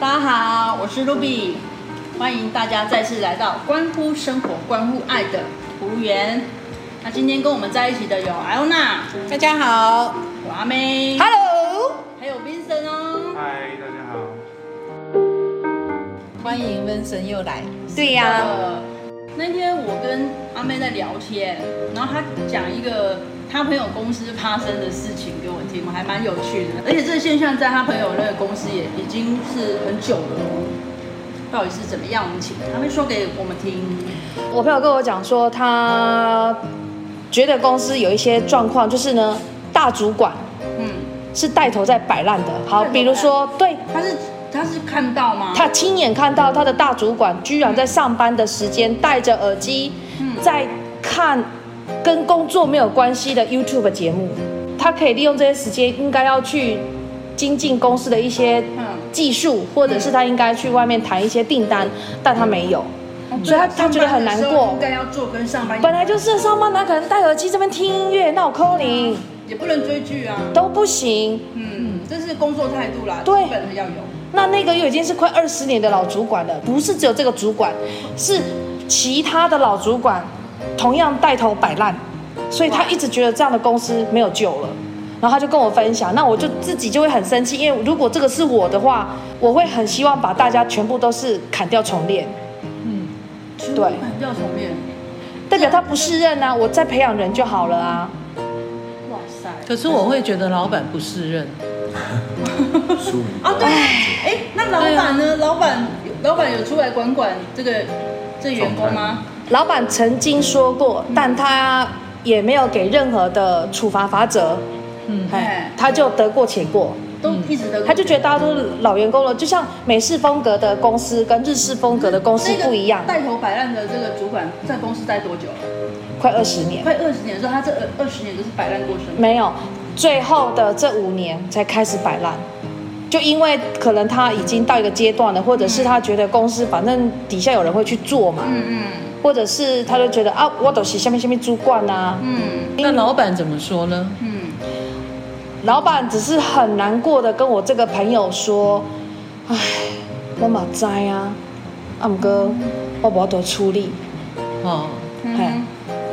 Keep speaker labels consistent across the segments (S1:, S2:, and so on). S1: 大家好，我是 Ruby，欢迎大家再次来到关乎生活、关乎爱的图园。那今天跟我们在一起的有艾欧娜、
S2: 大家好
S1: 有阿妹，
S2: ，Hello，
S1: 还有 Vincent 哦。
S3: 嗨，大家好。
S2: 欢迎温神又来。
S4: 对呀、
S1: 呃那天我跟阿妹在聊天，然后她讲一个她朋友公司发生的事情给我听，我还蛮有趣的。而且这个现象在她朋友那个公司也已经是很久了哦，到底是怎么样？我们请他们说给我们听。
S4: 我朋友跟我讲说，他觉得公司有一些状况，就是呢，大主管
S1: 嗯，
S4: 是带头在摆烂的。
S1: 带头摆
S4: 好，
S1: 烂
S4: 比如说，对
S1: 他是他是看到吗？
S4: 他亲眼看到他的大主管居然在上班的时间戴着耳机，
S1: 嗯
S4: 在看跟工作没有关系的 YouTube 节目。他可以利用这些时间，应该要去精进公司的一些
S1: 嗯，
S4: 技术，或者是他应该去外面谈一些订单，但他没有。所以他他觉得很难过
S1: 哦啊上班的时候应该要做跟上班一样
S4: 本来就是上班，哪可能戴耳机这边听音乐？那我扣你
S1: 也不能追剧啊。
S4: 都不行。
S1: 嗯，这是工作态度啦，
S4: 对
S1: 基本的要有。
S4: 那那个又已经是快二十年的老主管了，不是只有这个主管，是其他的老主管同样带头摆烂，所以他一直觉得这样的公司没有救了。然后他就跟我分享，那我就自己就会很生气，因为如果这个是我的话，我会很希望把大家全部都是砍掉重练，
S1: 全部
S4: 对
S1: 砍掉重练。
S4: 代表他不适任啊，我再培养人就好了啊。
S1: 哇塞！
S2: 可是我会觉得老板不适任，
S3: 书名
S2: 哦
S1: 啊，对，哎，那老板呢？老板老板有出来管管这个这个员工吗？
S4: 老板曾经说过，但他也没有给任何的处罚法则，
S2: 嗯，
S4: 哎
S1: 哎，
S4: 他就得过且过，
S1: 都一直的，
S4: 嗯他就觉得大家都是老员工了，就像美式风格的公司跟日式风格的公司
S1: 那个
S4: 不一样，
S1: 带头摆烂的这个主管在公司待多久了？
S4: 快二十年
S1: 快二十年的时候，他这二二十年都是摆烂过生活。
S4: 没有，最后的这五年才开始摆烂。就因为可能他已经到一个阶段了，或者是他觉得公司反正底下有人会去做嘛，
S1: 嗯
S4: 或者是他就觉得啊，我都是下面下面主管啊，
S1: 嗯嗯
S2: 那老板怎么说呢？
S1: 嗯，
S4: 老板只是很难过的跟我这个朋友说：“唉，我嘛知啊，啊毋过我无得处理。
S2: 哦，
S4: 哎
S1: 嗯，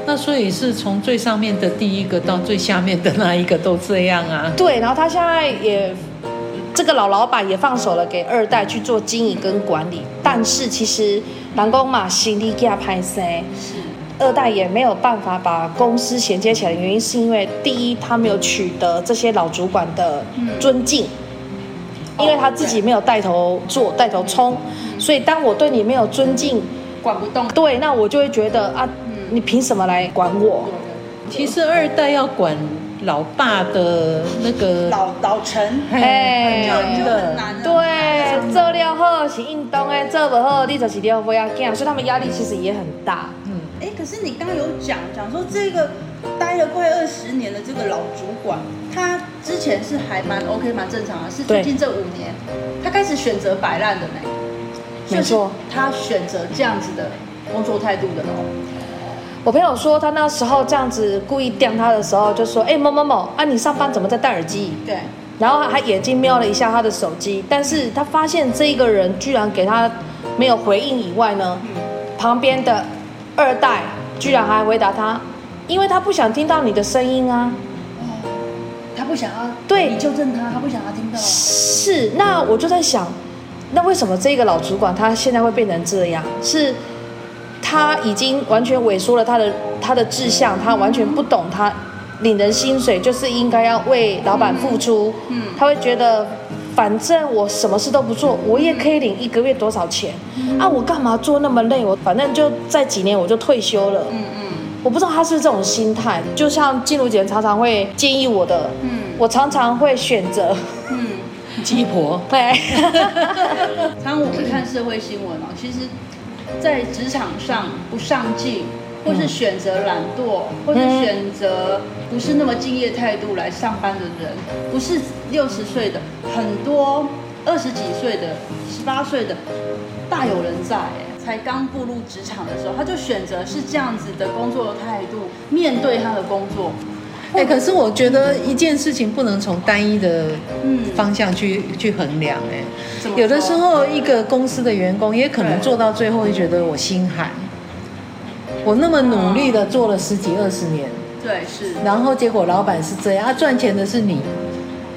S2: 那所以是从最上面的第一个到最下面的那一个都这样啊”。
S4: 对，然后他现在也，这个老老板也放手了给二代去做经营跟管理，但是其实南宫嘛心力给他拍生，
S1: 是，
S4: 二代也没有办法把公司衔接起来的原因，是因为第一他没有取得这些老主管的尊敬，因为他自己没有带头做、带头冲，所以当我对你没有尊敬，
S1: 管不动。
S4: 对，那我就会觉得啊，你凭什么来管 我？
S2: 其实二代要管老爸的那个，
S1: 老老陈，
S4: 哎
S1: 就就很
S2: 的，
S1: 难了。
S4: 对，做料好是运动哎的，做不好你就是料不要干，所以他们压力其实也很大。
S1: 哎，可是你刚刚有讲讲说这个待了快二十年的这个老主管，他之前是还蛮 OK 蛮正常的，是最
S4: 对
S1: 近这五年他开始选择摆烂的呢。
S4: 没错，
S1: 他选择这样子的工作态度的哦。
S4: 我朋友说他那时候这样子故意刁他的时候，就说：“哎、某某某，啊，你上班怎么在戴耳机？”
S1: 对，
S4: 然后他眼睛瞄了一下他的手机，但是他发现这个人居然给他没有回应以外呢，
S1: 嗯，
S4: 旁边的二代居然还回答他，因为他不想听到你的声音啊。
S1: 他不想要
S4: 对
S1: 你纠正他，他不想要听到。
S4: 是，那我就在想，那为什么这个老主管他现在会变成这样？是他已经完全萎缩了他的他的志向，他完全不懂他领人薪水就是应该要为老板付出，
S1: 嗯
S4: 他会觉得。反正我什么事都不做，我
S1: 嗯
S4: 也可以领一个月多少钱啊！我干嘛做那么累？我反正就在几年我就退休了。
S1: 嗯嗯
S4: 我不知道他是不是这种心态。就像静茹姐常常会建议我的，
S1: 嗯
S4: 我常常会选择
S1: 嗯。
S2: 鸡婆，
S4: 对，
S1: 当我们看社会新闻哦，其实，在职场上不上进，或是选择懒惰，或是选择不是那么敬业态度来上班的人，不是六十岁的，很多二十几岁的、十八岁的，大有人在哎。才刚步入职场的时候，他就选择是这样子的工作态度面对他的工作，
S2: 哎、可是我觉得一件事情不能从单一的
S1: 嗯
S2: 方向去去衡量、
S1: 怎么
S2: 哎，有的
S1: 说
S2: 时候一个公司的员工也可能
S1: 对
S2: 做到最后会觉得我心寒，我那么努力的做了十几二十年，
S1: 对是，
S2: 然后结果老板是这样，啊，赚钱的是你，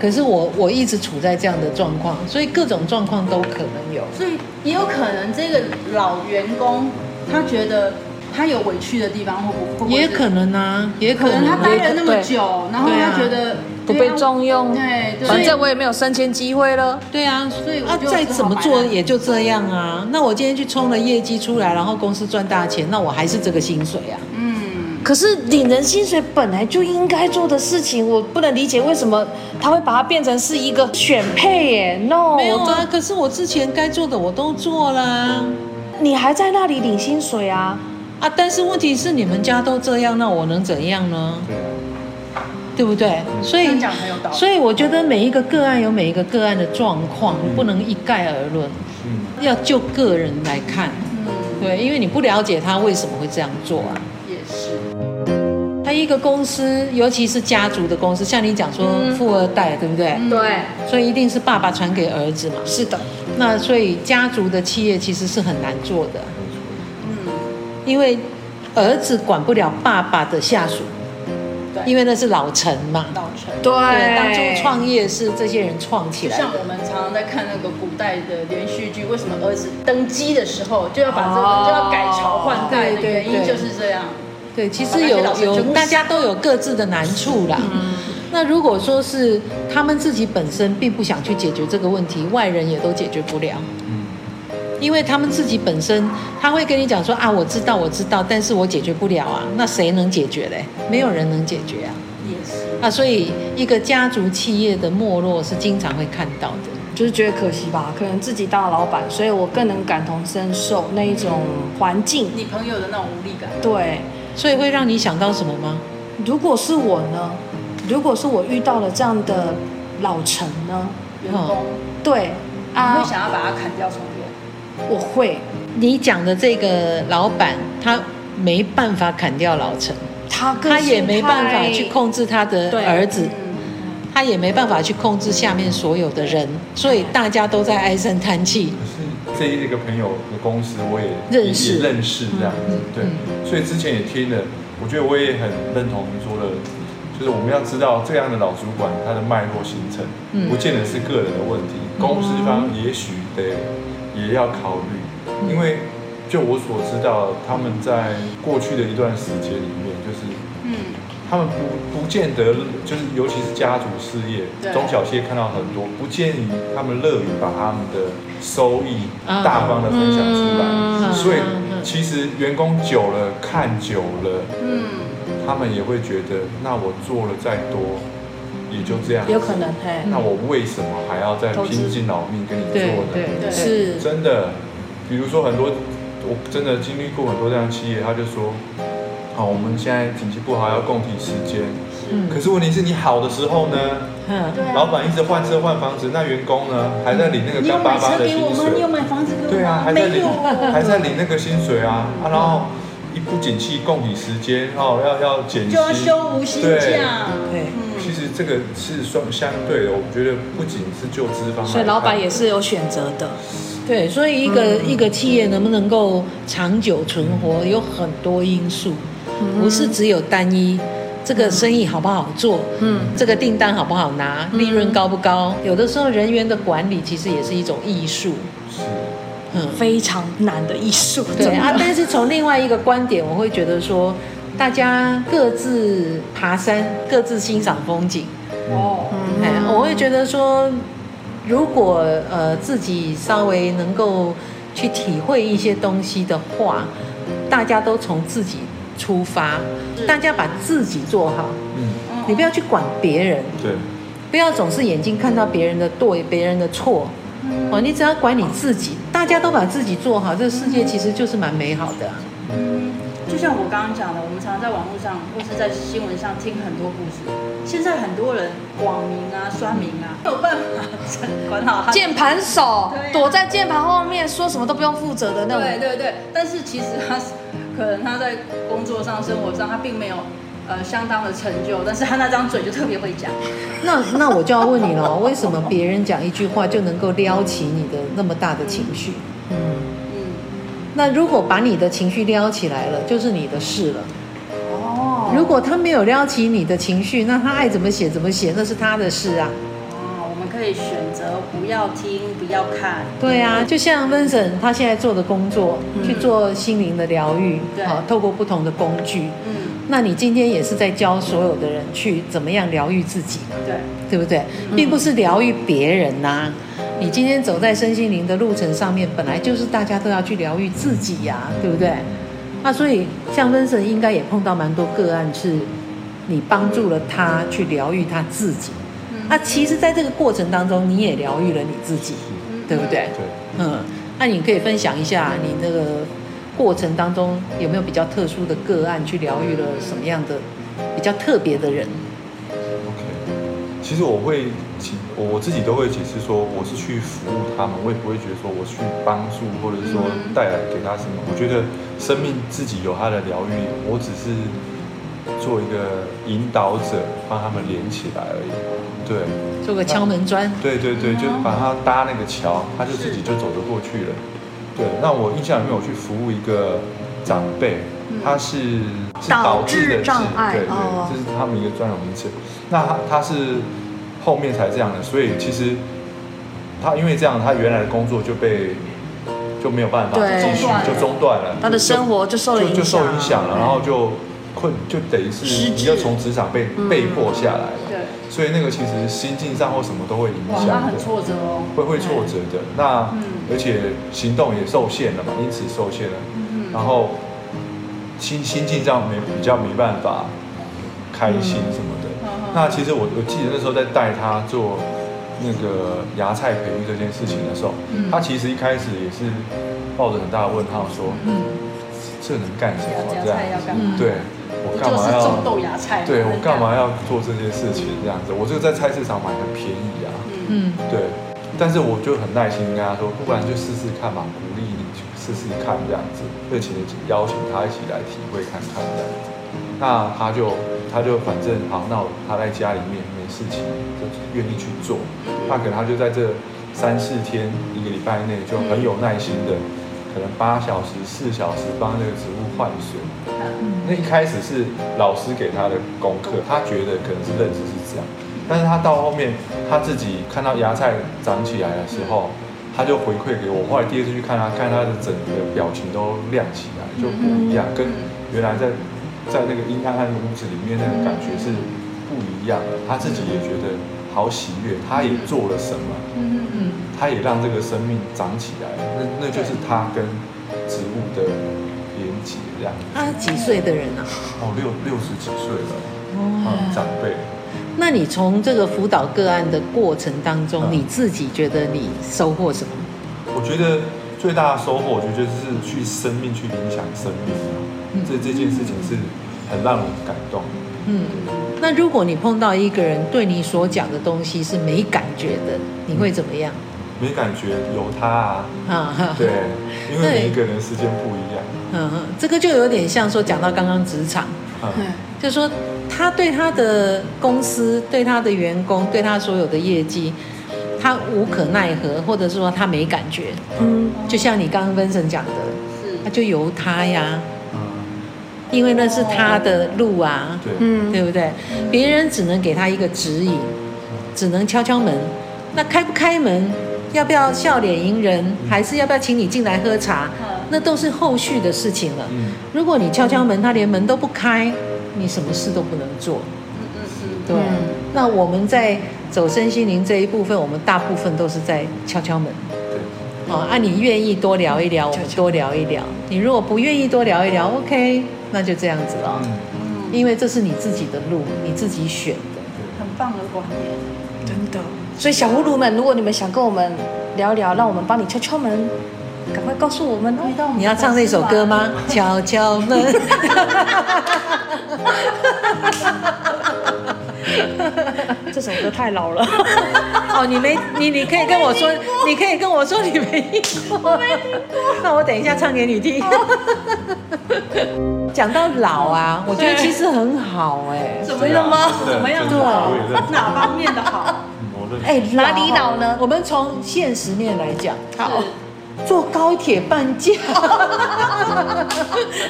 S2: 可是我我一直处在这样的状况，所以各种状况都可能有。
S1: 所以也有可能这个老员工他觉得他有委屈的地方，会不会不会
S2: 也
S1: 是
S2: 可能啊，也可
S1: 可能
S2: 能
S1: 他待
S2: 也可
S1: 了那么久，然后
S2: 对啊
S1: 他觉得
S4: 不
S1: 对
S4: 被
S1: 啊
S4: 重用，
S1: 对对，
S4: 反正我也没有升迁机会了。
S2: 对啊，
S1: 所以我
S2: 啊
S1: 就
S2: 再
S1: 只好
S2: 怎么
S1: 摆
S2: 做
S1: 烂
S2: 也就这样啊。那我今天去冲了业绩出来，然后公司赚大钱，那我还是这个薪水啊。
S1: 嗯，
S4: 可是领人薪水本来就应该做的事情，我不能理解为什么他会把它变成是一个选配耶？No，
S2: 没有啊
S4: 这，
S2: 可是我之前该做的我都做啦。
S4: 你还在那里领薪水啊？
S2: 啊，但是问题是你们家都这样，那我能怎样呢？
S3: 对啊，
S2: 对不对？所
S1: 这
S2: 以
S1: 样讲很有道理。
S2: 所以我觉得每一个个案有每一个个案的状况，不能一概而论，
S3: 嗯，
S2: 要就个人来看。
S1: 嗯，
S2: 对，因为你不了解他为什么会这样做啊。
S1: 也是，
S2: 他一个公司，尤其是家族的公司，像你讲说富二代，对不对？
S1: 嗯，
S2: 所以一定是爸爸传给儿子嘛。
S4: 是的，
S2: 那所以家族的企业其实是很难做的，
S1: 嗯，
S2: 因为儿子管不了爸爸的下属，
S1: 对，哎
S2: 因为那是老陈嘛。
S1: 老成。
S4: 对，
S2: 对，当初创业是这些人创起
S1: 就
S2: 来的
S1: 像。我们常常在看那个古代的连续剧，为什么儿子登基的时候就要把这个、
S4: 哦
S1: 就要改朝换代的
S2: 对对
S1: 原因
S2: 对
S1: 就是这样。
S2: 对，其实
S1: 把那些
S2: 有
S1: 老师全部嗯
S2: 有
S1: 杀
S2: 大家都有各自的难处啦。那如果说是他们自己本身并不想去解决这个问题，外人也都解决不了。
S3: 嗯
S2: 因为他们自己本身，他会跟你讲说啊，我知道，我知道，但是我解决不了啊。那谁能解决嘞？没有人能解决啊。
S1: 也是，
S2: 啊，所以一个家族企业的没落是经常会看到的。
S4: 就是觉得可惜吧，可能自己当了老板，所以我更能感同身受那一种环境。
S1: 你朋友的那种无力感，
S4: 对，
S2: 所以会让你想到什么吗？
S4: 如果是我呢？如果是我遇到了这样的老陈呢？
S1: 员工、
S4: 对
S1: 你
S4: 啊
S1: 会，想要把他砍掉重练。
S4: 我会，
S2: 你讲的这个老板，他没办法砍掉老陈，
S4: 他个
S2: 他也
S4: 性
S2: 没办法
S4: 太
S2: 去控制他的
S4: 对
S2: 儿子，
S1: 嗯，
S2: 他也没办法去控制下面所有的人，所以大家都在唉声叹气。
S3: 可是这一个朋友的公司我也
S2: 认识嗯
S3: 也认识这样子，对，所以之前也听了，我觉得我也很认同你说的，就是我们要知道这样的老主管他的脉络形成，
S2: 嗯
S3: 不见得是个人的问题，公司方也许得也要考
S2: 嗯
S3: 虑，因为就我所知道，他们在过去的一段时间里面，就是
S1: 嗯，
S3: 他们不不见得就是，尤其是家族事业
S1: 对，
S3: 中小企业看到很多，不见于他们乐于把他们的收益
S2: 啊
S3: 大方的分享出来，
S2: 嗯
S3: 所以
S2: 嗯嗯
S3: 其实员工久了看久了，
S1: 嗯，
S3: 他们也会觉得，那我做了再多，也就这样，
S4: 有可能嘿。
S3: 那我为什么还要再
S4: 投资
S3: 拼尽老命跟你做
S2: 对
S3: 呢？
S2: 对对，
S4: 是
S3: 真的，比如说很多，我真的经历过很多这样的企业，他就说，好，我们现在经济不好，要共体时间。
S2: 嗯
S3: 可是问题是你好的时候呢，
S2: 嗯，
S1: 对啊。
S3: 老板一直换车换房子，那员工呢还在领那个
S1: 你有
S3: 干
S1: 买
S3: 巴巴
S1: 车
S3: 的
S1: 给
S3: 薪
S1: 我吗？你有
S3: 水，
S1: 买房子给我吗？
S3: 对啊，还在
S1: 没
S3: 领
S1: 有。
S3: 还在领那个薪水啊，啊然后一不景气，供体时间哦，要要减
S1: 就要
S3: 薪，
S1: 休无薪
S3: 对
S1: 假。
S2: 对
S3: 其
S1: 嗯，
S3: 实这个是双相对的，我觉得不仅是就资方来看，
S4: 所以老板也是有选择的，
S2: 对，所以一个、一个企业能不能够长久存活，有很多因素，不是只有单一。这个生意好不好做？嗯，这个订单好不好拿？利润高不高？有的时候人员的管理其实也是一种艺术。
S3: 是
S2: 嗯，
S4: 非常难的艺术。
S2: 对
S4: 真的
S2: 啊，但是从另外一个观点，我会觉得说，大家各自爬山，各自欣赏风景。
S1: 哦，
S2: 哎，我会觉得说，如果呃自己稍微能够去体会一些东西的话，大家都从自己出发，大家把自己做好，
S3: 嗯，
S1: 嗯
S2: 你不要去管别人，
S3: 对，
S2: 不要总是眼睛看到别人的对，别人的错。哦，你只要管你自己，大家都把自己做好，这个世界其实就是蛮美好的啊、
S1: 就像我刚刚讲的，我们常常在网络上或是在新闻上听很多故事。现在很多人网民啊、酸民啊，没有办法管好他。
S4: 键盘手
S1: 对啊
S4: 躲在键盘后面，说什么都不用负责的那
S1: 对
S4: 种。
S1: 对对，但是其实他是可能他在工作上、生活上，他并没有呃相当的成就，但是他那张嘴就特别会讲。
S2: 那那我就要问你了，为什么别人讲一句话就能够撩起你的那么大的情绪？
S1: 嗯，
S2: 那如果把你的情绪撩起来了，就是你的事了。
S1: 哦
S2: 如果他没有撩起你的情绪，那他爱怎么写怎么写，那是他的事啊。
S1: 哦，我们可以选择不要听，不要看。
S2: 对啊，就像 Vincent 他现在做的工作，去做心灵的疗愈，
S1: 对
S2: 好，透过不同的工具。
S1: 嗯，
S2: 那你今天也是在教所有的人去怎么样疗愈自己嘛，
S1: 对，
S2: 对不对？并不是疗愈别人呐、你今天走在身心灵的路程上面，本来就是大家都要去疗愈自己呀、对不对？那所以像 Vincent 应该也碰到蛮多个案，是你帮助了他去疗愈他自己。那、其实，在这个过程当中，你也疗愈了你自
S1: 嗯
S2: 己，对不对？
S3: 对。
S2: 嗯，那你可以分享一下你那个过程当中有没有比较特殊的个案去疗愈了什么样的比较特别的人？
S3: OK，其实我会解，我我自己都会解释说，我是去服务他们，我也不会觉得说我去帮助，或者是说带来给他什么。我觉得生命自己有它的疗愈，我只是做一个引导者，帮他们连起来而已。对，
S2: 做个敲门砖，
S3: 对对对，就把它搭那个桥，他就自己就走得过去了。对，那我印象里面我去服务一个长辈，他是是
S4: 嗯导
S3: 导
S4: 致
S3: 致的致
S4: 障碍
S3: 对对，
S4: 哦
S3: 这是他们一个专有名词。那他他是后面才这样的，所以其实他因为这样，他原来的工作就被就没有办法
S4: 对
S3: 继续，就中断了，
S4: 他的生活就受了
S3: 就
S4: 影
S3: 就受
S4: 响
S3: 影响了，然后就困，就等于
S4: 失嗯
S3: 是
S4: 智
S3: 你要从职场被被迫下来了。
S1: 对，
S3: 所以那个其实心境上或什么都会影
S1: 哇，
S3: 响
S1: 那
S3: 的，
S1: 很挫折哦。
S3: 会会挫折的。那、
S1: 嗯
S3: 而且行动也受限了嘛，因此受限了，
S1: 嗯
S3: 然后心心境上没比较没办法开心什么的。
S1: 嗯嗯
S3: 那其实我我记得那时候在带他做那个芽菜培育这件事情的时候，
S1: 嗯
S3: 他其实一开始也是抱着很大的问号说，这能干什么
S1: 芽
S3: 这样
S1: 嗯菜要
S3: 子？
S1: 干嘛？
S3: 对我
S1: 不
S3: 干
S1: 就
S3: 嘛
S1: 是
S3: 要
S1: 种？豆芽菜？
S3: 对我干嘛？要做这件事情这样子？我这个在菜市场买很便宜啊。
S1: 嗯，
S2: 嗯，
S3: 对，但是我就很耐心跟他说，不然就试试看嘛，鼓励你去试试看这样子，而且邀请他一起来体会看看这样子。那他就他就反正好，那我他在家里面没事情，就愿意去做。那可能他就在这三四天一个礼拜内就很有耐心的，可能八小时、四小时帮这个植物换水。那一开始是老师给他的功课，他觉得可能是认知是这样，但是他到后面他自己看到芽菜长起来的时候，他就回馈给我。后来第二次去看他，看他的整个表情都亮起来，就不一样，跟原来在在那个阴暗暗的屋子里面那个感觉是不一样的。他自己也觉得好喜悦，他也做了什么。
S1: 嗯嗯
S3: 它也让这个生命长起来，那那就是它跟植物的连接这样。
S2: 他几岁的人啊？
S3: 哦，六六十几岁了，嗯，
S2: 哦，
S3: 长辈。
S2: 那你从这个辅导个案的过程当中，
S3: 嗯
S2: 你自己觉得你收获什么？
S3: 我觉得最大的收获，我觉得就是去生命去影响生命，啊这这件事情是很让我感动的。
S2: 嗯，那如果你碰到一个人对你所讲的东西是没感觉的，你会怎么样？
S3: 没感觉有它啊，
S2: 啊，哈
S3: 对，因为
S2: 对
S3: 每一个人时间不一样，
S2: 嗯嗯，这个就有点像说讲到刚刚职场，
S3: 嗯，
S2: 就说他对他的公司、对他的员工、对他所有的业绩，他无可奈何，或者是说他没感觉。
S4: 嗯，
S2: 就像你刚刚 Vincent 讲的，
S1: 是
S2: 那就由他呀，
S3: 嗯，
S2: 因为那是他的路啊，
S3: 对，
S4: 嗯，
S2: 对不对？别人只能给他一个指引，只能敲敲门。那开不开门，要不要笑脸迎
S3: 嗯
S2: 人，还是要不要请你进来喝茶，那都是后续的事情了。
S3: 嗯，
S2: 如果你敲敲门，他连门都不开，你什么事都不能做。
S1: 嗯嗯嗯，
S2: 对，
S4: 嗯
S2: 那我们在走身心灵这一部分，我们大部分都是在敲敲门。
S3: 对，
S2: 哦，啊，你愿意多聊一聊，我们多聊一聊；你如果不愿意多聊一聊，OK，那就这样子了。
S3: 嗯，
S2: 因为这是你自己的路，你自己选的。
S1: 很棒的观念。
S4: 真的。所以小葫芦们，如果你们想跟我们聊一聊，让我们帮你敲敲门，赶快告诉我们哦。
S1: 到我们
S2: 你要唱那首歌吗？敲敲 门。
S4: 这首歌太老了，
S2: 哦，你没你你可以跟我说，你可以跟我说你没听过，那我等一下唱给你听。讲到老啊，我觉得其实很好哎、
S1: 怎么样吗？怎么样
S3: 对，我也认同
S1: 哪方面的好？
S3: 嗯我认同。
S2: 哎，
S4: 哪里老呢
S2: 我们从现实面来讲，
S4: 好
S1: 是，
S2: 坐高铁半 价，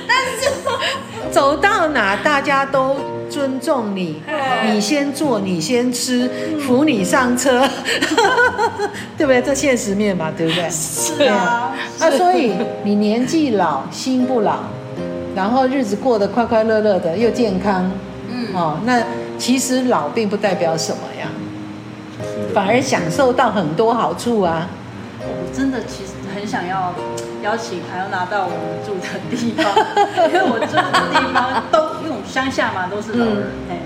S2: 但是走到哪大家都尊重你，
S1: 哎
S2: 你先坐，你先吃，扶你上车， 对不对？这现实面嘛，对不对？
S1: 是啊，
S2: 啊，所以你年纪老，心不老，然后日子过得快快乐乐的，又健康，
S1: 嗯，
S2: 哦，那其实老并不代表什么呀，
S3: 就是
S2: 反而享受到很多好处啊。
S1: 我真的其实很想要邀请还要拿到我们住的地方，因为我住的地方都因为我们乡下嘛，都是老人，哎，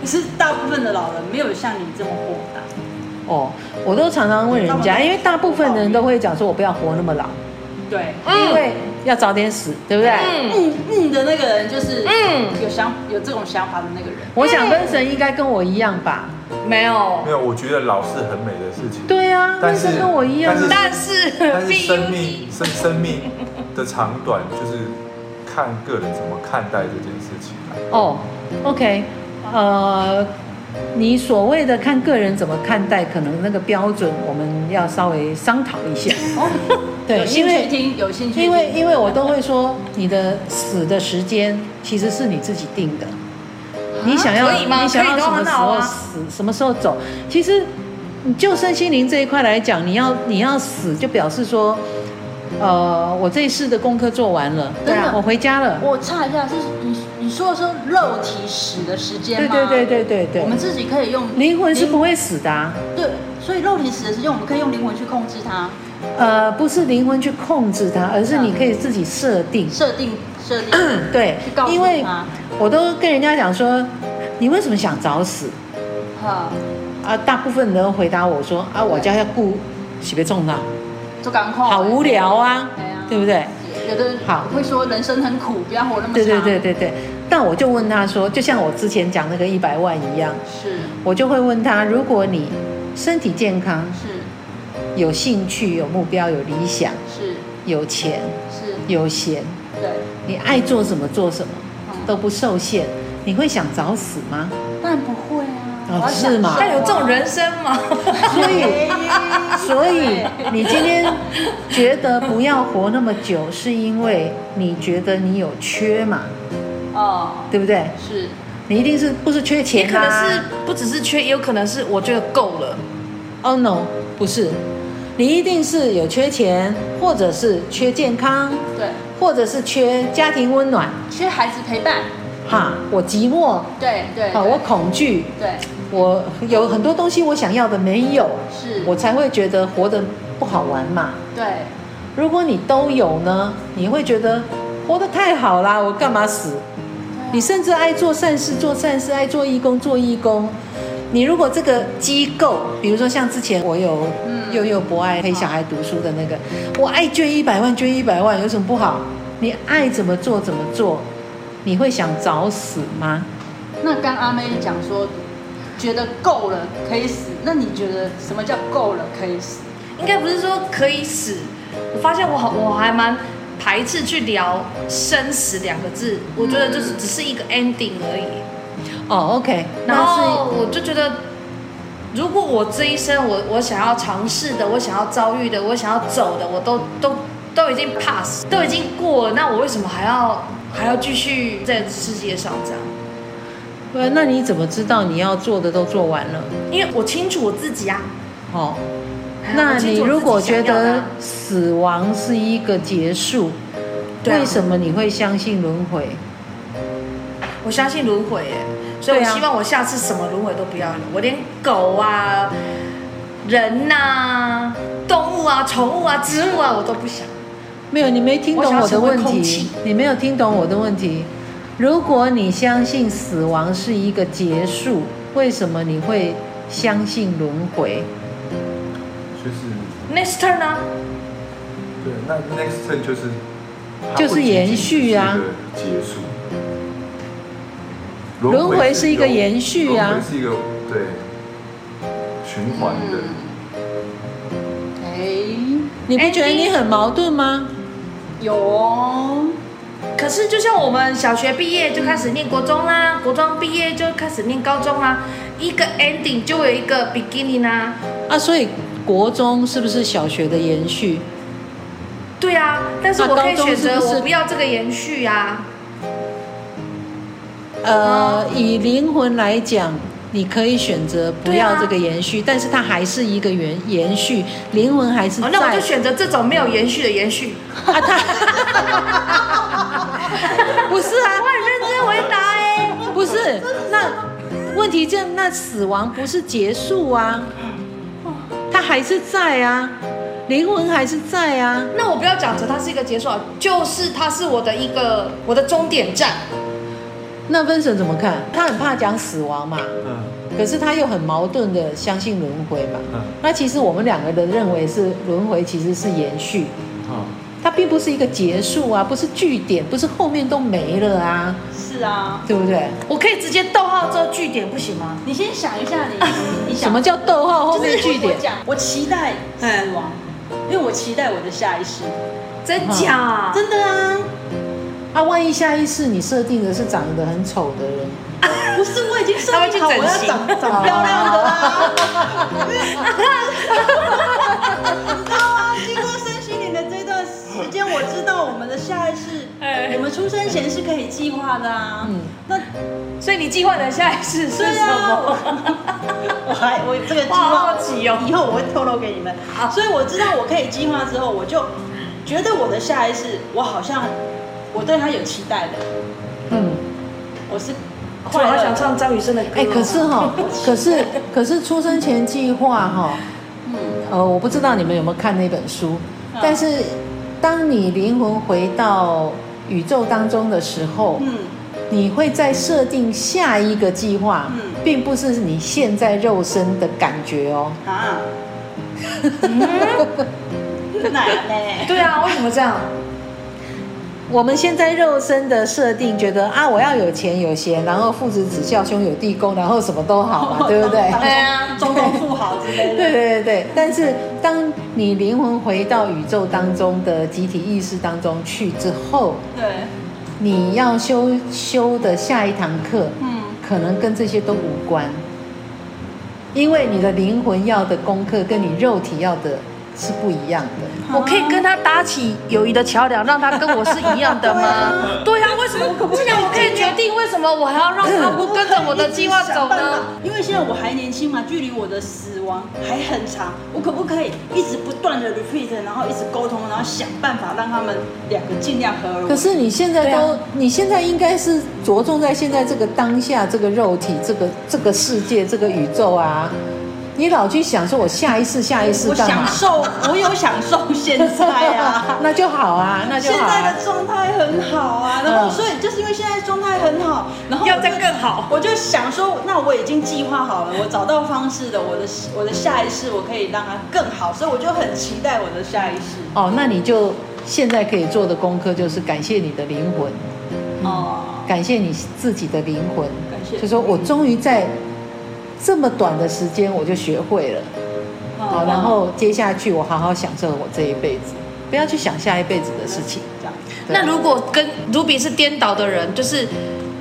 S1: 可是大部分的老人没有像你这么豁达，
S2: 哦，我都常常问人家，因为大部分人都会讲说，我不要活那么老，
S1: 对，
S2: 因为要早点死，对不对？
S1: 嗯嗯的那个人就是
S4: 嗯
S1: 有想有这种想法的那个人，
S2: 我想跟神应该跟我一样吧？
S4: 没有
S3: 没，有，我觉得老是很美的事情。
S2: 对啊，那
S3: 但是
S2: 是跟我一样啊。
S3: 但
S4: 但是
S3: 但是
S4: B
S3: 生
S4: U
S3: 命
S4: T
S3: 生生命的长短，就是看个人怎么看待这件事情啊。
S2: 哦，OK，呃，你所谓的看个人怎么看待，可能那个标准我们要稍微商讨一下。
S1: 哦
S2: 对
S1: 有，
S2: 因
S1: 兴趣
S2: 为
S1: 听，有兴趣听，
S2: 因为因为我都会说，你的死的时间其实是你自己定的。
S1: 啊
S2: 你想要
S4: 可以吗
S2: 你想
S4: 可
S2: 要
S4: 以都
S2: 什么
S4: 很
S2: 时
S4: 好
S2: 候
S4: 啊
S2: 死，什么时候走？其实，就身心灵这一块来讲，你要你要死，就表示说，呃，我这一世的功课做完了，
S1: 对啊
S2: 我回家了。
S1: 我插一下，是你你说的是肉体死的时间
S2: 对
S1: 吗？
S2: 对对对对对，
S1: 我们自己可以用
S2: 灵魂是不会死的、啊。
S1: 对，所以肉体死的时间，我们可以用灵魂去控制它，
S2: 呃，不是灵魂去控制它，而是你可以自己设定。
S1: 设定设 定
S2: 对
S1: 嗯去告，
S2: 因
S1: 诉
S2: 为
S1: 他，
S2: 我都跟人家讲说，你为什么想早死？
S1: 哈，
S2: 啊，大部分人都回答我说，啊，我家要顾喜被重大，
S1: 就赶快。
S2: 好无聊
S1: 哦
S2: 啊
S1: 对啊，
S2: 对不对？
S1: 有的人
S2: 好
S1: 会说人生很苦，不要活那么长。
S2: 对对对，对对。但我就问他说，就像我之前讲那个一百万一样，
S1: 是
S2: 我就会问他，如果你身体健康、
S1: 是
S2: 有兴趣、有目标、有理想、
S1: 是
S2: 有钱、
S1: 是，
S2: 有闲，
S1: 对，
S2: 你爱做什么做什么
S1: 嗯
S2: 都不受限，你会想早死 吗？
S1: 但不会啊，
S2: 哦
S1: 我要
S2: 是
S1: 享受
S2: 吗
S1: 啊
S4: 但有这种人生吗？
S2: 所以， 所以你今天觉得不要活那么久，是因为你觉得你有缺嘛，
S1: 哦，
S2: 对不对？
S1: 是
S2: 你一定是不是缺
S4: 也
S2: 钱啊
S4: 可
S2: 啦、
S4: 能是不只是缺，也有可能是我觉得够了。
S2: 哦、no，不是，你一定是有缺钱，或者是缺健康，
S1: 对，
S2: 或者是缺家庭温暖。
S1: 缺孩子陪伴，
S2: 哈，我寂寞，
S1: 对对，
S2: 好，
S1: 对
S2: 我恐惧，
S1: 对
S2: 我有很多东西我想要的没有，
S1: 是，
S2: 我才会觉得活得不好玩嘛。
S1: 对
S2: 如果你都有呢，你会觉得活得太好啦，我干嘛死？你甚至爱做善事，做善事，爱做义工，做义工。你如果这个机构，比如说像之前我有
S1: 嗯
S2: 幼幼博爱陪小孩读书的那个，我爱捐一百万，捐一百万有什么不好？你爱怎么做怎么做，你会想早死吗？
S1: 那刚阿妹讲说，觉得够了可以死，那你觉得什么叫够了可以死？
S4: 应该不是说可以死。我发现我好，我还蛮排斥去聊生死两个字，我觉得就是只是一个 ending 而已。
S2: 哦，OK，那
S4: 然
S2: 是
S4: 后我就觉得，如果我这一生我我想要尝试的，我想要遭遇的，我想要走的，我都都都已经 pass，都已经过了，那我为什么还要还要继续在世界上这样？
S2: 呃，那你怎么知道你要做的都做完了？
S4: 因为我清楚我自己啊。
S2: 哦，那
S4: 我清
S2: 你
S4: 楚我
S2: 如果
S4: 自己想
S2: 觉
S4: 要的
S2: 得
S4: 啊
S2: 死亡是一个结束，
S4: 对啊
S2: 为什么你会相信轮回？
S4: 我相信轮回耶，所以我
S2: 对啊
S4: 希望我下次什么轮回都不要有，我连狗啊、人呐、动物啊、宠物啊、植物啊，我都不想。
S2: 没有，你没听懂
S4: 我想
S2: 我的问
S4: 成为
S2: 题
S4: 空气，
S2: 你没有听懂我的问题。如果你相信死亡是一个结束，为什么你会相信轮回？
S3: 就是
S4: Next turn 啊，
S3: 对，那 next turn 就是
S2: 就是延续啊，
S3: 它不仅仅是一个结束。
S2: 轮回是一个延续啊
S3: 轮回是一个对循环的。
S1: 哎、
S2: 你不觉得你很矛盾吗？
S1: 有哦，
S4: 可是就像我们小学毕业就开始念国中啦，国中毕业就开始念高中啦，一个 ending 就有一个 beginning 啊。
S2: 啊，所以国中是不是小学的延续？
S4: 对啊，但是
S2: 那
S4: 我可
S2: 高
S4: 以
S2: 中
S4: 选
S2: 是
S4: 择
S2: 不是
S4: 我不要这个延续啊。
S2: 呃，
S4: 哦
S2: 以灵魂来讲，你可以选择不要这个延续，但是它还是一个延延续，灵魂还是在。
S4: 哦，那我就选择这种没有延续的延续。
S2: 啊，它不是啊，
S4: 我很认真回答哎、
S2: 不是那问题就那死亡不是结束啊，它还是在啊，灵魂还是在啊。
S4: 那我不要讲成它是一个结束啊，就是它是我的一个我的终点站。
S2: 那 Vincent 怎么看？他很怕讲死亡嘛，
S3: 嗯
S2: 可是他又很矛盾的相信轮回嘛。
S3: 嗯
S2: 那其实我们两个的认为是轮回其实是延续，
S3: 好，
S2: 它并不是一个结束啊，不是据点，不是后面都没了啊，
S1: 是啊。
S2: 对不对？
S4: 我可以直接逗号之后句点不行吗？
S1: 你先想一下你，你想
S2: 什么叫逗号后面
S1: 就是
S2: 据点
S1: 我？讲，我期待死亡，因为我期待我的下一世。
S4: 真假？
S1: 真的啊，
S2: 啊，万一下一世你设定的是长得很丑的人，
S1: 不是我已经设
S4: 他会去
S1: 定好，我
S4: 整
S1: 要
S4: 形
S1: 长长漂亮的啦。你知道啊，经过身心灵的这段时间，我知道我们的下一世，
S4: 哎
S1: 我们出生前是可以计划的啊。
S2: 嗯
S1: 那
S4: 所以你计划的下一次是
S1: 对
S4: 什
S1: 啊，
S4: 么？
S1: 我我还 我这个计
S4: 哇
S1: 划
S4: 好奇哦
S1: 以后我会透露给你们。所以我知道我可以计划之后，我就觉得我的下一世，我好像我对他有期待的，
S2: 嗯，
S1: 我是
S4: 我
S1: 快乐
S4: 好
S1: 的。
S4: 想唱张雨生的歌。
S2: 哎、可是 哈、可是可是出生前计划哈、
S1: 嗯，
S2: 呃，我不知道你们有没有看那本书，但是当你灵魂回到宇宙当中的时候，
S1: 嗯，
S2: 你会再设定下一个计划，
S1: 嗯
S2: 并不是你现在肉身的感觉哦。
S1: 啊，嗯，奶奶，
S4: 对啊，为什么这 样？
S2: 我们现在肉身的设定，觉得啊，我要有钱有闲，然后父子子孝兄友弟恭，然后什么都好
S1: 哦
S2: 嘛，对不 对？
S1: 当
S4: 啊
S1: 中国富豪之类的。
S2: 对对对对，但是当你灵魂回到宇宙当中的集体意识当中去之后，
S1: 对，
S2: 你要修修的下一堂课，
S1: 嗯，
S2: 可能跟这些都无关，因为你的灵魂要的功课跟你肉体要的是不一样的。
S4: 我可以跟他搭起友谊的桥梁，让他跟我是一样的吗？ 对啊，为什么既然我可以决定，为什么我还要让啊他不跟着我的计划走呢？？
S1: 因为现在我还年轻嘛，距离我的死亡还很长，我可不可以一直不断的 repeat，然后一直沟通，然后想办法让他们两个尽量合而为
S2: 可
S1: 一？
S2: 是你现在
S4: 对啊
S2: 都，你现在应该是着重在现在这个当下、这个肉体、这个这个世界、这个宇宙啊。你老去想说，我下一次、下一次
S1: 我
S2: 干
S1: 享
S2: 嘛？。
S1: 受，我有享受现在啊
S2: 那就好啊，那就
S1: 现
S2: 好、
S1: 在
S2: 啊。
S1: 的状态很好啊，然后
S2: 嗯
S1: 所以就是因为现在状态很好，然后
S4: 要
S1: 我
S4: 再
S1: 就
S4: 更好。
S1: 我就想说，那我已经计划好了，我找到方式了，我的我的下一世我可以让它更好，所以我就很期待我的下一世。
S2: 哦，那你就现在可以做的功课就是感谢你的灵魂，
S1: 哦，
S2: 感谢你自己的灵魂。
S1: 感谢
S2: 就说我终于在这么短的时间我就学会了，
S1: 哦
S2: 好，然后接下去我好好享受我这一辈子，不要去想下一辈子的事情。
S1: 这样，
S2: 对
S4: 那如果跟卢比是颠倒的人，就是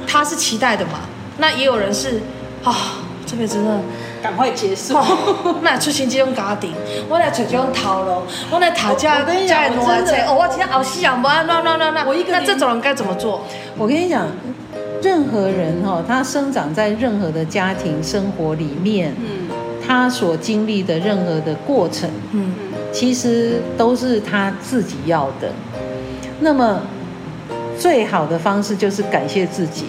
S4: 他是期待的嘛，那也有人是啊。这辈子真的，
S1: 赶快结束。
S4: 哦，那出钱这种家庭，我来找这种头路，我来讨价
S1: 我跟你讲
S4: 价的
S1: 我真的
S4: 哦，我听到后世人不安，那那那那，
S1: 我一个
S4: 那
S1: 人
S4: 这种人该怎么做？
S2: 我跟你讲，任何人哈、哦，他生长在任何的家庭生活里面，
S1: 嗯
S2: 他所经历的任何的过程，
S4: 嗯，
S2: 其实都是他自己要的。那么，最好的方式就是感谢自己，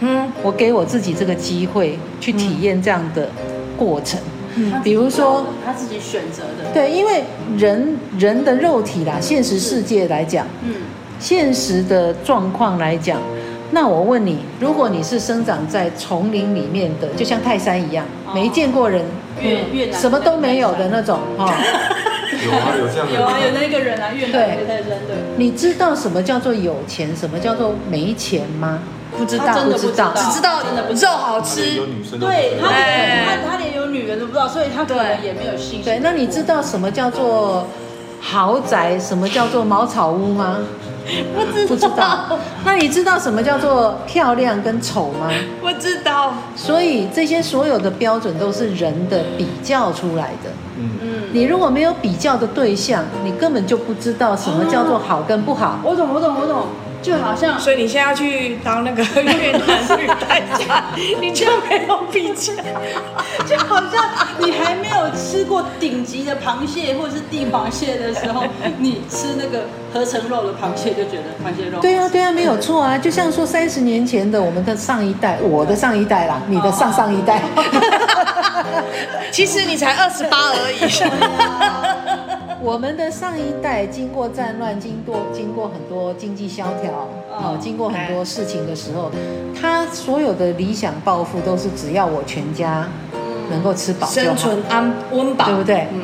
S4: 嗯
S2: 我给我自己这个机会去体验这样的过程。
S1: 嗯
S2: 嗯比如说，
S1: 他自己选择的，
S2: 对，因为人人的肉体啦，现实世界来讲，
S1: 嗯，
S2: 现实的状况来讲，那我问你，如果你是生长在丛林里面的，就像泰山一样，没见过人，
S1: 哦
S2: 嗯
S1: 越越南
S2: 什么都没有的那种哈、哦，
S3: 有啊，有这样的
S1: 有啊，有
S3: 人，
S1: 那个人啊，越南越泰山对，
S2: 你知道什么叫做有钱，什么叫做没钱吗？不知
S1: 他真的
S2: 不知道
S1: 不。
S4: 只知道
S1: 真的不知
S4: 肉
S1: 道
S4: 好
S3: 有
S4: 吃，
S3: 女生都不
S1: 对
S3: 知道
S1: 他
S4: 哎
S1: 连他他连有女人都不知道，所以他可能也没有信心。
S2: 对，那你知道什么叫做豪宅什么叫做茅草屋吗？
S1: 不知
S2: 不知道。那你知道什么叫做漂亮跟丑吗？
S4: 我知道，
S2: 所以这些所有的标准都是人的比较出来的。
S3: 嗯，
S2: 你如果没有比较的对象，你根本就不知道什么叫做好跟不好。
S1: 我懂，我懂，我懂，就好像
S4: 所以你现在要去当那个越南女代驾，你就没有比较。
S1: 就好像你还没有吃过顶级的螃蟹或者是帝螃蟹的时 候，你吃那个合成肉的螃蟹就觉得螃蟹肉。
S2: 对啊，对啊，没有错啊。就像说三十年前的我们的上一代，我的上一代啦，你的上上一代，
S4: 其实你才二十八而已，
S2: 啊我们的上一代经过战乱，经过经过很多经济萧条，哦，哎经过很多事情的时候，他所有的理想抱负都是只要我全家能够吃饱就
S4: 生
S2: 好，
S4: 存安温饱
S2: 对不对？
S4: 嗯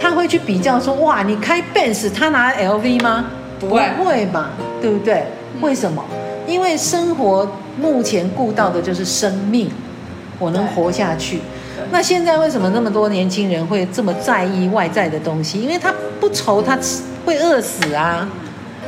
S2: 他会去比较说，哇，你开 Benz，他拿 LV 吗？
S4: 不会嗯
S2: 不会嘛，对不对？为什么？因为生活目前顾到的就是生命，我能活下去。那现在为什么那么多年轻人会这么在意外在的东西？因为他不
S4: 嗯
S2: 愁他吃会饿死啊。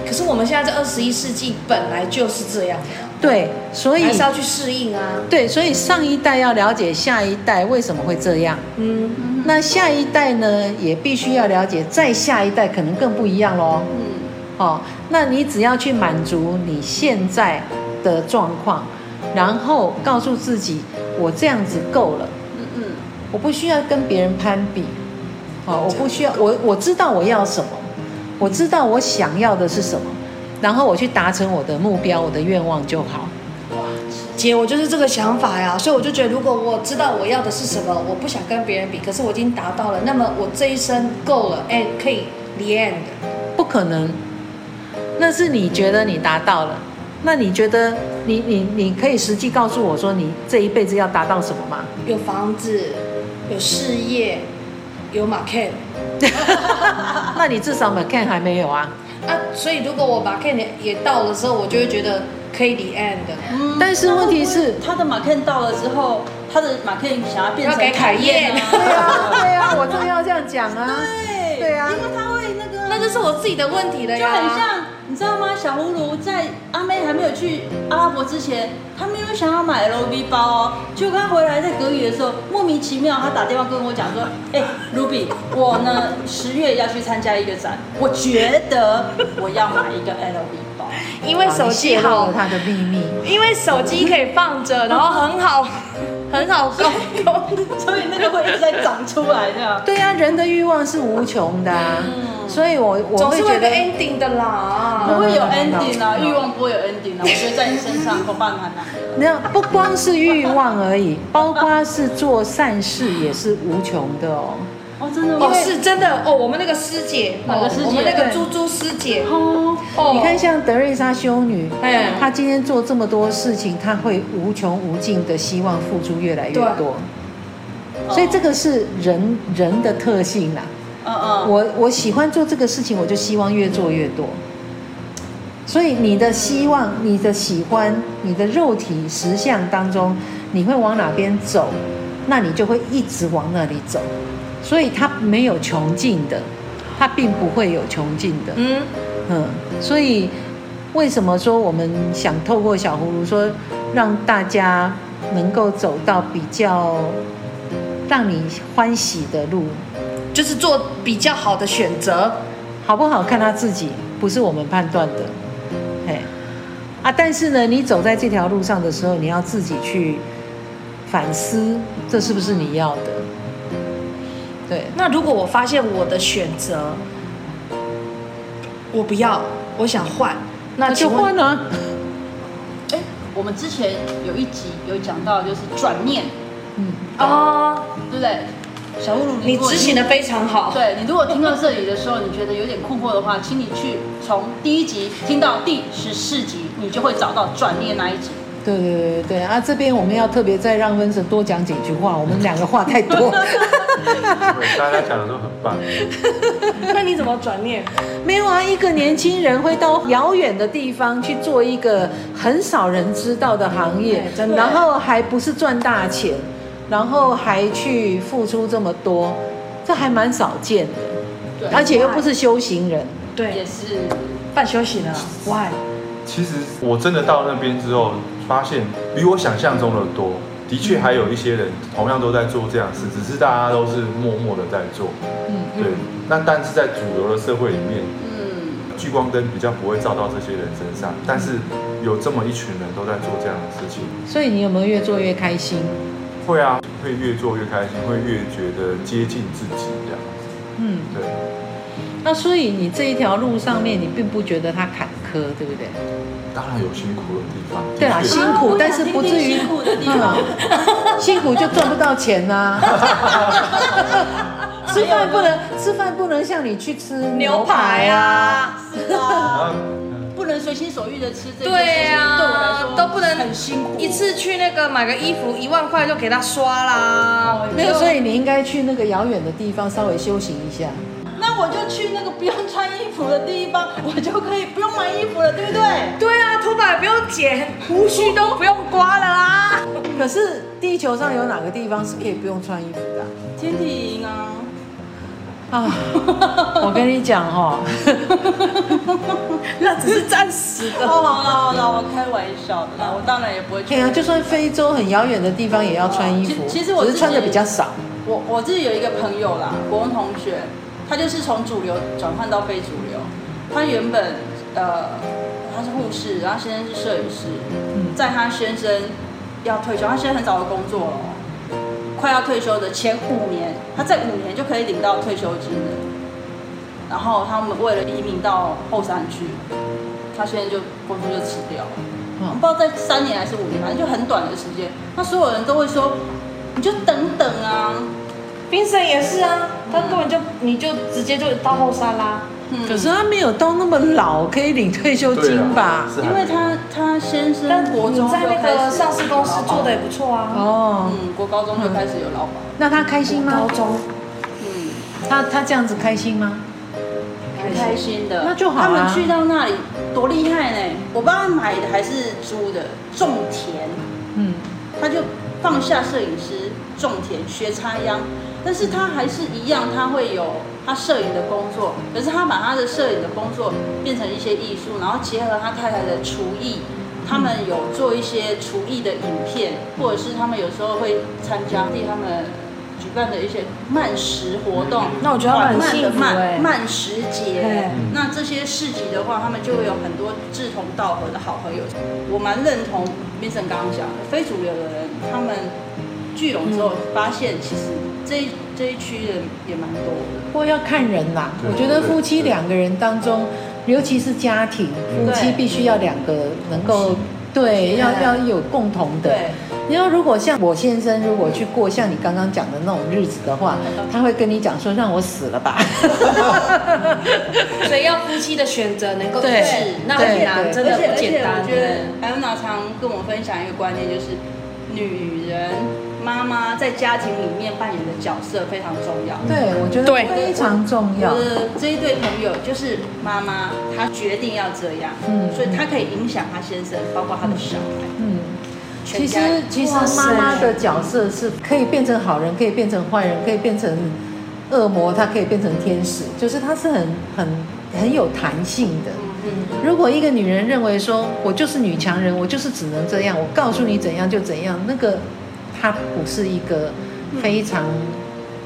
S4: 可是我们现在这二十一世纪本来就是这样，啊
S2: 对，所以
S4: 嗯还是要去适应啊。
S2: 对，所以上一代要了解下一代为什么会这样。
S4: 嗯，
S2: 那下一代呢，也必须要了解，再下一代可能更不一样喽。
S1: 嗯，
S2: 哦，那你只要去满足你现在的状况，然后告诉自己，我这样子够了，
S1: 嗯嗯，
S2: 我不需要跟别人攀比，哦，我不需要，我我知道我要什么，我知道我想要的是什么，然后我去达成我的目标，我的愿望就好。
S4: 姐，我就是这个想法呀，所以我就觉得，如果我知道我要的是什么，我不想跟别人比，可是我已经达到了，那么我这一生够了，哎，可以 the end。
S2: 不可能，那是你觉得你达到了，那你觉得你你你可以实际告诉我说你这一辈子要达到什么吗？
S4: 有房子，有事业，有 market
S2: 那你至少 m c a n 还没有啊。
S4: 啊，所以如果我 market 也到的时候，我就会觉得可以 the end。
S1: 嗯
S2: 但是问题是
S1: 他的马 Ken 到了之后，他的马 Ken 想要变
S4: 要改
S1: 成
S4: 凯
S1: 宴
S4: 宴
S2: 对
S1: 啊，
S2: 啊，对啊，我正要这样讲啊。
S1: 对
S2: 对啊
S1: 因为他会那个，
S4: 那就是我自己的问题了
S1: 就很
S4: 呀。
S1: 像，你知道吗？小葫芦在阿妹还没有去阿拉伯之前，她没有想要买 LV 包哦。结果她回来在隔离的时候，莫名其妙她打电话跟我讲说：“哎、r u b y 我呢十月要去参加一个展，我觉得我要买一个 LV 包。
S4: 因为手机
S2: 泄露
S4: 好
S2: 了，他的秘密。
S4: 因为手机可以放着，然后很好， 很好沟通。”
S1: 所以那个会一直在长出来 的。
S2: 对啊，人的欲望是无穷的、啊，所以我我
S4: 嗯总
S2: 会
S4: 是
S2: 觉
S4: 会有哎个
S2: 得
S4: ending 的
S1: 不
S4: 啦。
S1: 会有 ending 啊，欲望不会有 ending 啊，我觉得在你身上恐怕很难啊。
S2: 那不光是欲望而已，包括是做善事也是无穷的哦。
S1: 哦，真的吗
S4: 哦，？是真的哦，我们那个师姐，
S1: 哪个师姐
S4: 哦我们那个
S2: 对
S4: 猪猪师姐，
S1: 哦，
S4: 哦，
S2: 你看，像德瑞莎修女，
S4: 哎
S2: 她今天做这么多事情，她会无穷无尽的希望付出越来越多，
S4: 哦
S2: 所以这个是人人的特性啊啦。
S1: 嗯嗯，
S2: 我我喜欢做这个事情，我就希望越做越多。所以你的希望、你的喜欢、你的肉体实相当中，你会往哪边走，那你就会一直往那里走。所以它没有穷尽的，它并不会有穷尽的。
S4: 嗯，
S2: 嗯，所以为什么说我们想透过小葫芦说，让大家能够走到比较让你欢喜的路，
S4: 就是做比较好的选择。
S2: 好不好看他自己，不是我们判断的。嘿，啊，但是呢，你走在这条路上的时候，你要自己去反思，这是不是你要的？对，
S4: 那如果我发现我的选择，我不要，我想换，那
S2: 那就
S4: 请问
S2: 换啊。
S1: 哎，我们之前有一集有讲到，就是转念。
S2: 嗯，
S4: 哦，
S1: 对不对？小葫芦，
S4: 你
S1: 如果
S4: 执行的非常好。
S1: 对你如果听到这里的时候，你觉得有点困惑的话，请你去从第一集听到第十四集，你就会找到转念那一集。
S2: 对对对对对啊！这边我们要特别再让温神多讲几句话，我们两个话太 多。
S3: 对，大家讲的都很棒。
S4: 那你怎么转念？
S2: 没有啊，一个年轻人会到遥远的地方去做一个很少人知道的行业
S4: 哎，真的
S2: 然后还不是赚大钱，然后还去付出这么多，这还蛮少见的。
S1: 对
S2: 而且又不是修行人，
S1: 也
S5: 对，
S1: 是
S5: 半休息了，why？
S3: 其实我真的到那边之后，发现比我想象中的多。的确，还有一些人同样都在做这样的事，只是大家都是默默的在做。嗯，对。那但是在主流的社会里面，
S1: 嗯，
S3: 聚光灯比较不会照到这些人身上，但是有这么一群人都在做这样的事情，
S2: 所以你有没有越做越开心？
S3: 会啊，会越做越开心，会越觉得接近自己这样子。
S2: 嗯，
S3: 对，
S2: 那所以你这一条路上面，你并不觉得它坎坷，对不对？
S3: 当然有辛苦的地方。的
S2: 对啦，啊
S3: 确
S2: 辛苦，但是不至于辛苦的地方，辛苦就赚不到钱 呐、吃饭不能吃饭不能像你去吃牛排啊，
S5: 啊，
S3: 啊
S1: 不能随心所欲的吃这件事
S5: 对
S1: 情，对我来
S5: 啊
S1: 说，
S5: 都不能
S1: 很辛苦，
S5: 一次去那个买个衣服一万块就给他刷啦，
S2: 没有，所以你应该去那个遥远的地方稍微休息一下。
S1: 那我就去那个不用穿衣服的地方， 我就可以不用买衣服了，对不对？
S5: 对啊，头发也不用剪，胡须都不用刮了啦。
S2: 可是地球上有哪个地方是可以不用穿衣服的啊？
S1: 天体营 啊，
S2: 啊，我跟你讲 哦，
S5: 那只是暂时
S2: 哦
S5: 的。
S1: 好啦好啦，我开玩笑的啦，我当然也不会去
S2: 哎。呀，就算非洲很遥远的地方也要穿衣服，
S1: 其其实我
S2: 只
S1: 自己
S2: 是穿的比较少。
S1: 我我自己有一个朋友啦，国文同学，他就是从主流转换到非主流。他原本呃他是护士，然后先生是摄影师，在他先生要退休，他现在很早的工作了哦，快要退休的前五年，他在五年就可以领到退休金了。然后他们为了移民到后山去，他现在就工作就辞掉了。我不知道在三年还是五年，反正就很短的时间。那所有人都会说，你就等等啊。
S5: 冰神也是啊，他根本就你就直接就到后山啦。
S1: 嗯，
S2: 可是他没有到那么老，可以领退休
S3: 对
S2: 金吧
S3: 啊？是还
S1: 因
S3: 没
S1: 为他他先生
S5: 但
S1: 国中
S5: 你在
S1: 就
S5: 那
S1: 开
S5: 个
S1: 始
S5: 上市公司做的也不错啊。
S2: 哦，
S1: 嗯，国高中就开始有老板，
S2: 那他开心吗
S4: 嗯
S5: 高？中
S1: 嗯，
S2: 他他这样子开心吗？
S1: 蛮开心的。
S2: 那就好啊
S1: 他们去到那里多厉害呢！我帮他买的还是租的，种田，
S2: 嗯，
S1: 他就放下摄影师种田学插秧，但是他还是一样，他会有他摄影的工作，可是他把他的摄影的工作变成一些艺术，然后结合他太太的厨艺，他们有做一些厨艺的影片，或者是他们有时候会参加替他们。举办的一些慢食活动，
S5: 嗯那我觉得他们很幸福
S1: 慢的
S5: 欸
S1: 慢慢食节
S5: 对，
S1: 那这些市集的话，他们就会有很多志同道合的好朋友。我蛮认同 Vincent 刚刚讲的，非主流的人，他们聚拢之后，发现其实这一这一区人也蛮多的。
S2: 不过要看人啦。
S3: 对
S2: 我觉得
S3: 对
S2: 夫妻两个人当中，尤其是家庭夫
S1: 对
S2: 妻，必须要两个能够对，要要有共同的。
S1: 对，
S2: 你要如果像我先生，如果去过像你刚刚讲的那种日子的话，他会跟你讲说让我死了吧。
S5: 所以要夫妻的选择能够一
S2: 对
S5: 致，那
S2: 对
S5: 很难，
S2: 对
S5: 真的
S1: 而且
S5: 不简单
S1: 而且我。觉得安娜常跟我分享一个观念，就是女人妈妈在家庭里面扮演的角色非常重要。
S2: 对，我觉得
S5: 对
S2: 非常重要
S1: 我。的这一对朋友就是妈妈，她决定要这样，
S2: 嗯
S1: 所以她可以影响她先生，包括她的小孩。
S2: 嗯，
S1: 全
S2: 其实
S1: 家
S2: 其实
S5: 哇
S2: 妈
S5: 塞
S2: 妈的角色是可以变成好人，可以变成坏人，可以变成恶魔，她可以变成天使，就是她是很很很有弹性的。如果一个女人认为说我就是女强人，我就是只能这样，我告诉你怎样就怎样，那个她不是一个非常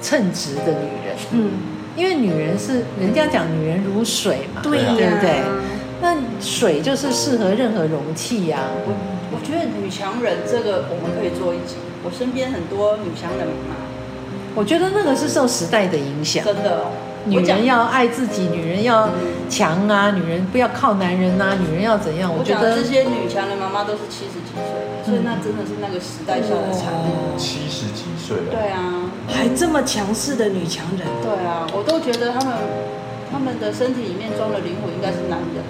S2: 称职的女人。
S5: 嗯，
S2: 因为女人是人家讲女人如水嘛，
S5: 对
S4: 啊
S5: 啊
S3: 呀
S2: 对不对？那水就是适合任何容器啊呀、
S1: 我我觉得女强人这个我们可以做一集。我身边很多女强人妈妈，
S2: 我觉得那个是受时代的影响，
S1: 真的哦，
S2: 女
S1: 我讲
S2: 人要爱自己，女人要强啊，女人不要靠男人啊，女人要怎样？我
S1: 我
S2: 觉
S1: 讲的
S2: 得嗯
S1: 这些女强人妈妈都是七十几岁，所以那真的是那个时代下的产物。
S2: 哦
S3: 七十几岁了，
S1: 对啊，
S5: 还这么强势的女强人，
S1: 对啊，我都觉得她们她们的身体里面装的灵魂应该是男人。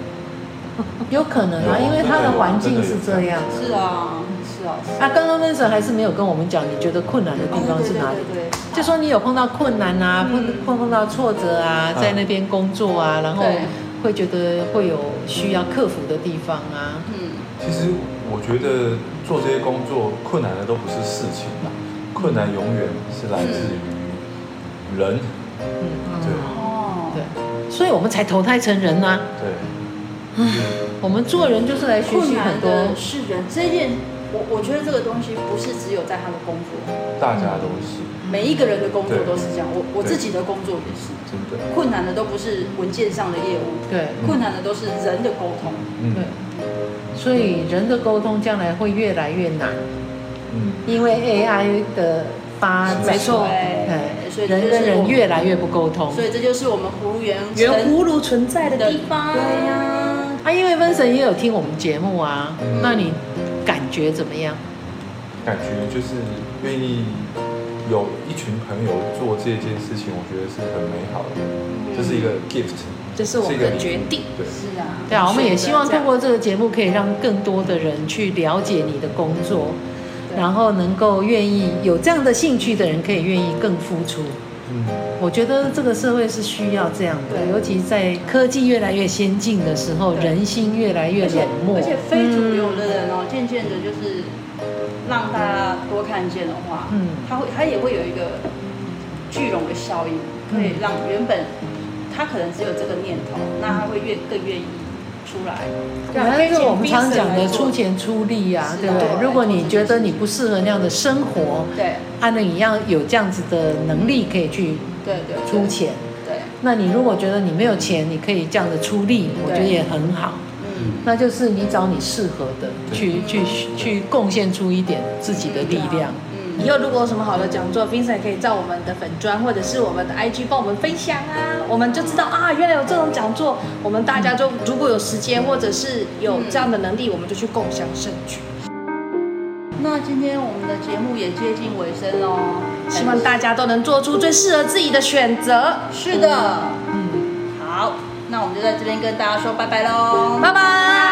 S2: 有可能啊，
S3: 有
S2: 因为她的环境是这样。
S1: 是啊，是啊，是啊。
S2: 啊，刚刚 Vincent 还是没有跟我们讲，你觉得困难的地方哦是哪里？
S1: 哦对对对对
S2: 就说你有碰到困难啊，碰
S1: 嗯
S2: 碰碰到挫折啊，
S3: 嗯
S2: 在那边工作啊，然后
S1: 对
S2: 会觉得会有需要克服的地方啊。
S1: 嗯，
S3: 其实我觉得做这些工作困难的都不是事情啊啦，困难永远是来自于人。对，
S1: 哦，
S2: 嗯对，所以我们才投胎成人呐、啊
S3: 对，
S2: 我们做人就是来学
S1: 困
S2: 习
S1: 难
S2: 很多，
S1: 的是人这件，我我觉得这个东西不是只有在他的工作，
S3: 大家都是
S1: 每一个人的工作
S3: 对
S1: 都是这样。我我
S3: 对
S1: 自己的工作也是，
S3: 真的，
S1: 困难的都不是文件上的业务，
S2: 对
S1: 困难的都是人的沟通。
S3: 嗯
S2: 对，所以人的沟通将来会越来越难，
S3: 嗯，
S2: 因为 AI 的发展，
S3: 没错
S2: 哎
S1: 对，所以这
S2: 人
S1: 就是
S2: 跟
S1: 我
S2: 人
S1: 们
S2: 越来越不沟通。
S1: 所以这就是我们葫芦园
S4: 圆
S1: 成
S4: 葫芦存在的地方。
S1: 对呀、
S2: 啊，因为 Vincent 也有听我们节目啊，
S1: 嗯
S2: 那你感觉怎么样？
S3: 感觉就是愿意有一群朋友做这件事情，我觉得是很美好的，这是一个 gift，
S4: 嗯这是我们的决定。
S3: 对，
S1: 是啊，
S2: 对啊，我们也希望
S4: 这样
S2: 通过这个节目，可以让更多的人去了解你的工作，
S1: 对
S2: 然后能够愿意有这样的兴趣的人，可以愿意更付出。
S3: 嗯，
S2: 我觉得这个社会是需要这样的，
S1: 对
S2: 尤其在科技越来越先进的时候，
S1: 对
S2: 人心越来越
S1: 而且
S2: 冷漠
S1: 而。且非主流的人哦，渐渐的就是让大家多看见的话，
S2: 嗯
S1: 嗯，他会他也会有一个聚拢的效应，
S2: 嗯
S1: 可以让原本他可能只有这个念头，那他会越更愿意出来。啊
S2: 这是我们常讲的出钱出力呀、
S1: 是啊
S2: 对不对
S1: 对？
S2: 如果你觉得你不适合那样的生活，
S1: 对
S2: 啊，那你要有这样子的能力可以去
S1: 对对，对
S2: 出，钱。
S1: 对，
S2: 那你如果觉得你没有钱，你可以这样的出力，我觉得也很好。
S1: 嗯，
S2: 那就是你找你适合的，
S3: 对
S2: 去去去贡献出一点自己的力量。
S1: 嗯，
S4: 以后如果有什么好的讲座，Vincent 可以在我们的粉砖或者是我们的 IG 帮我们分享啊，我们就知道啊，原来有这种讲座，我们大家就如果有时间或者是有这样的能力，我们就去共享盛举。
S1: 那今天我们的节目也接近尾声喽，
S4: 希望大家都能做出最适合自己的选择。
S1: 是的，
S2: 嗯，
S1: 好，那我们就在这边跟大家说拜拜喽，
S4: 嗯拜拜。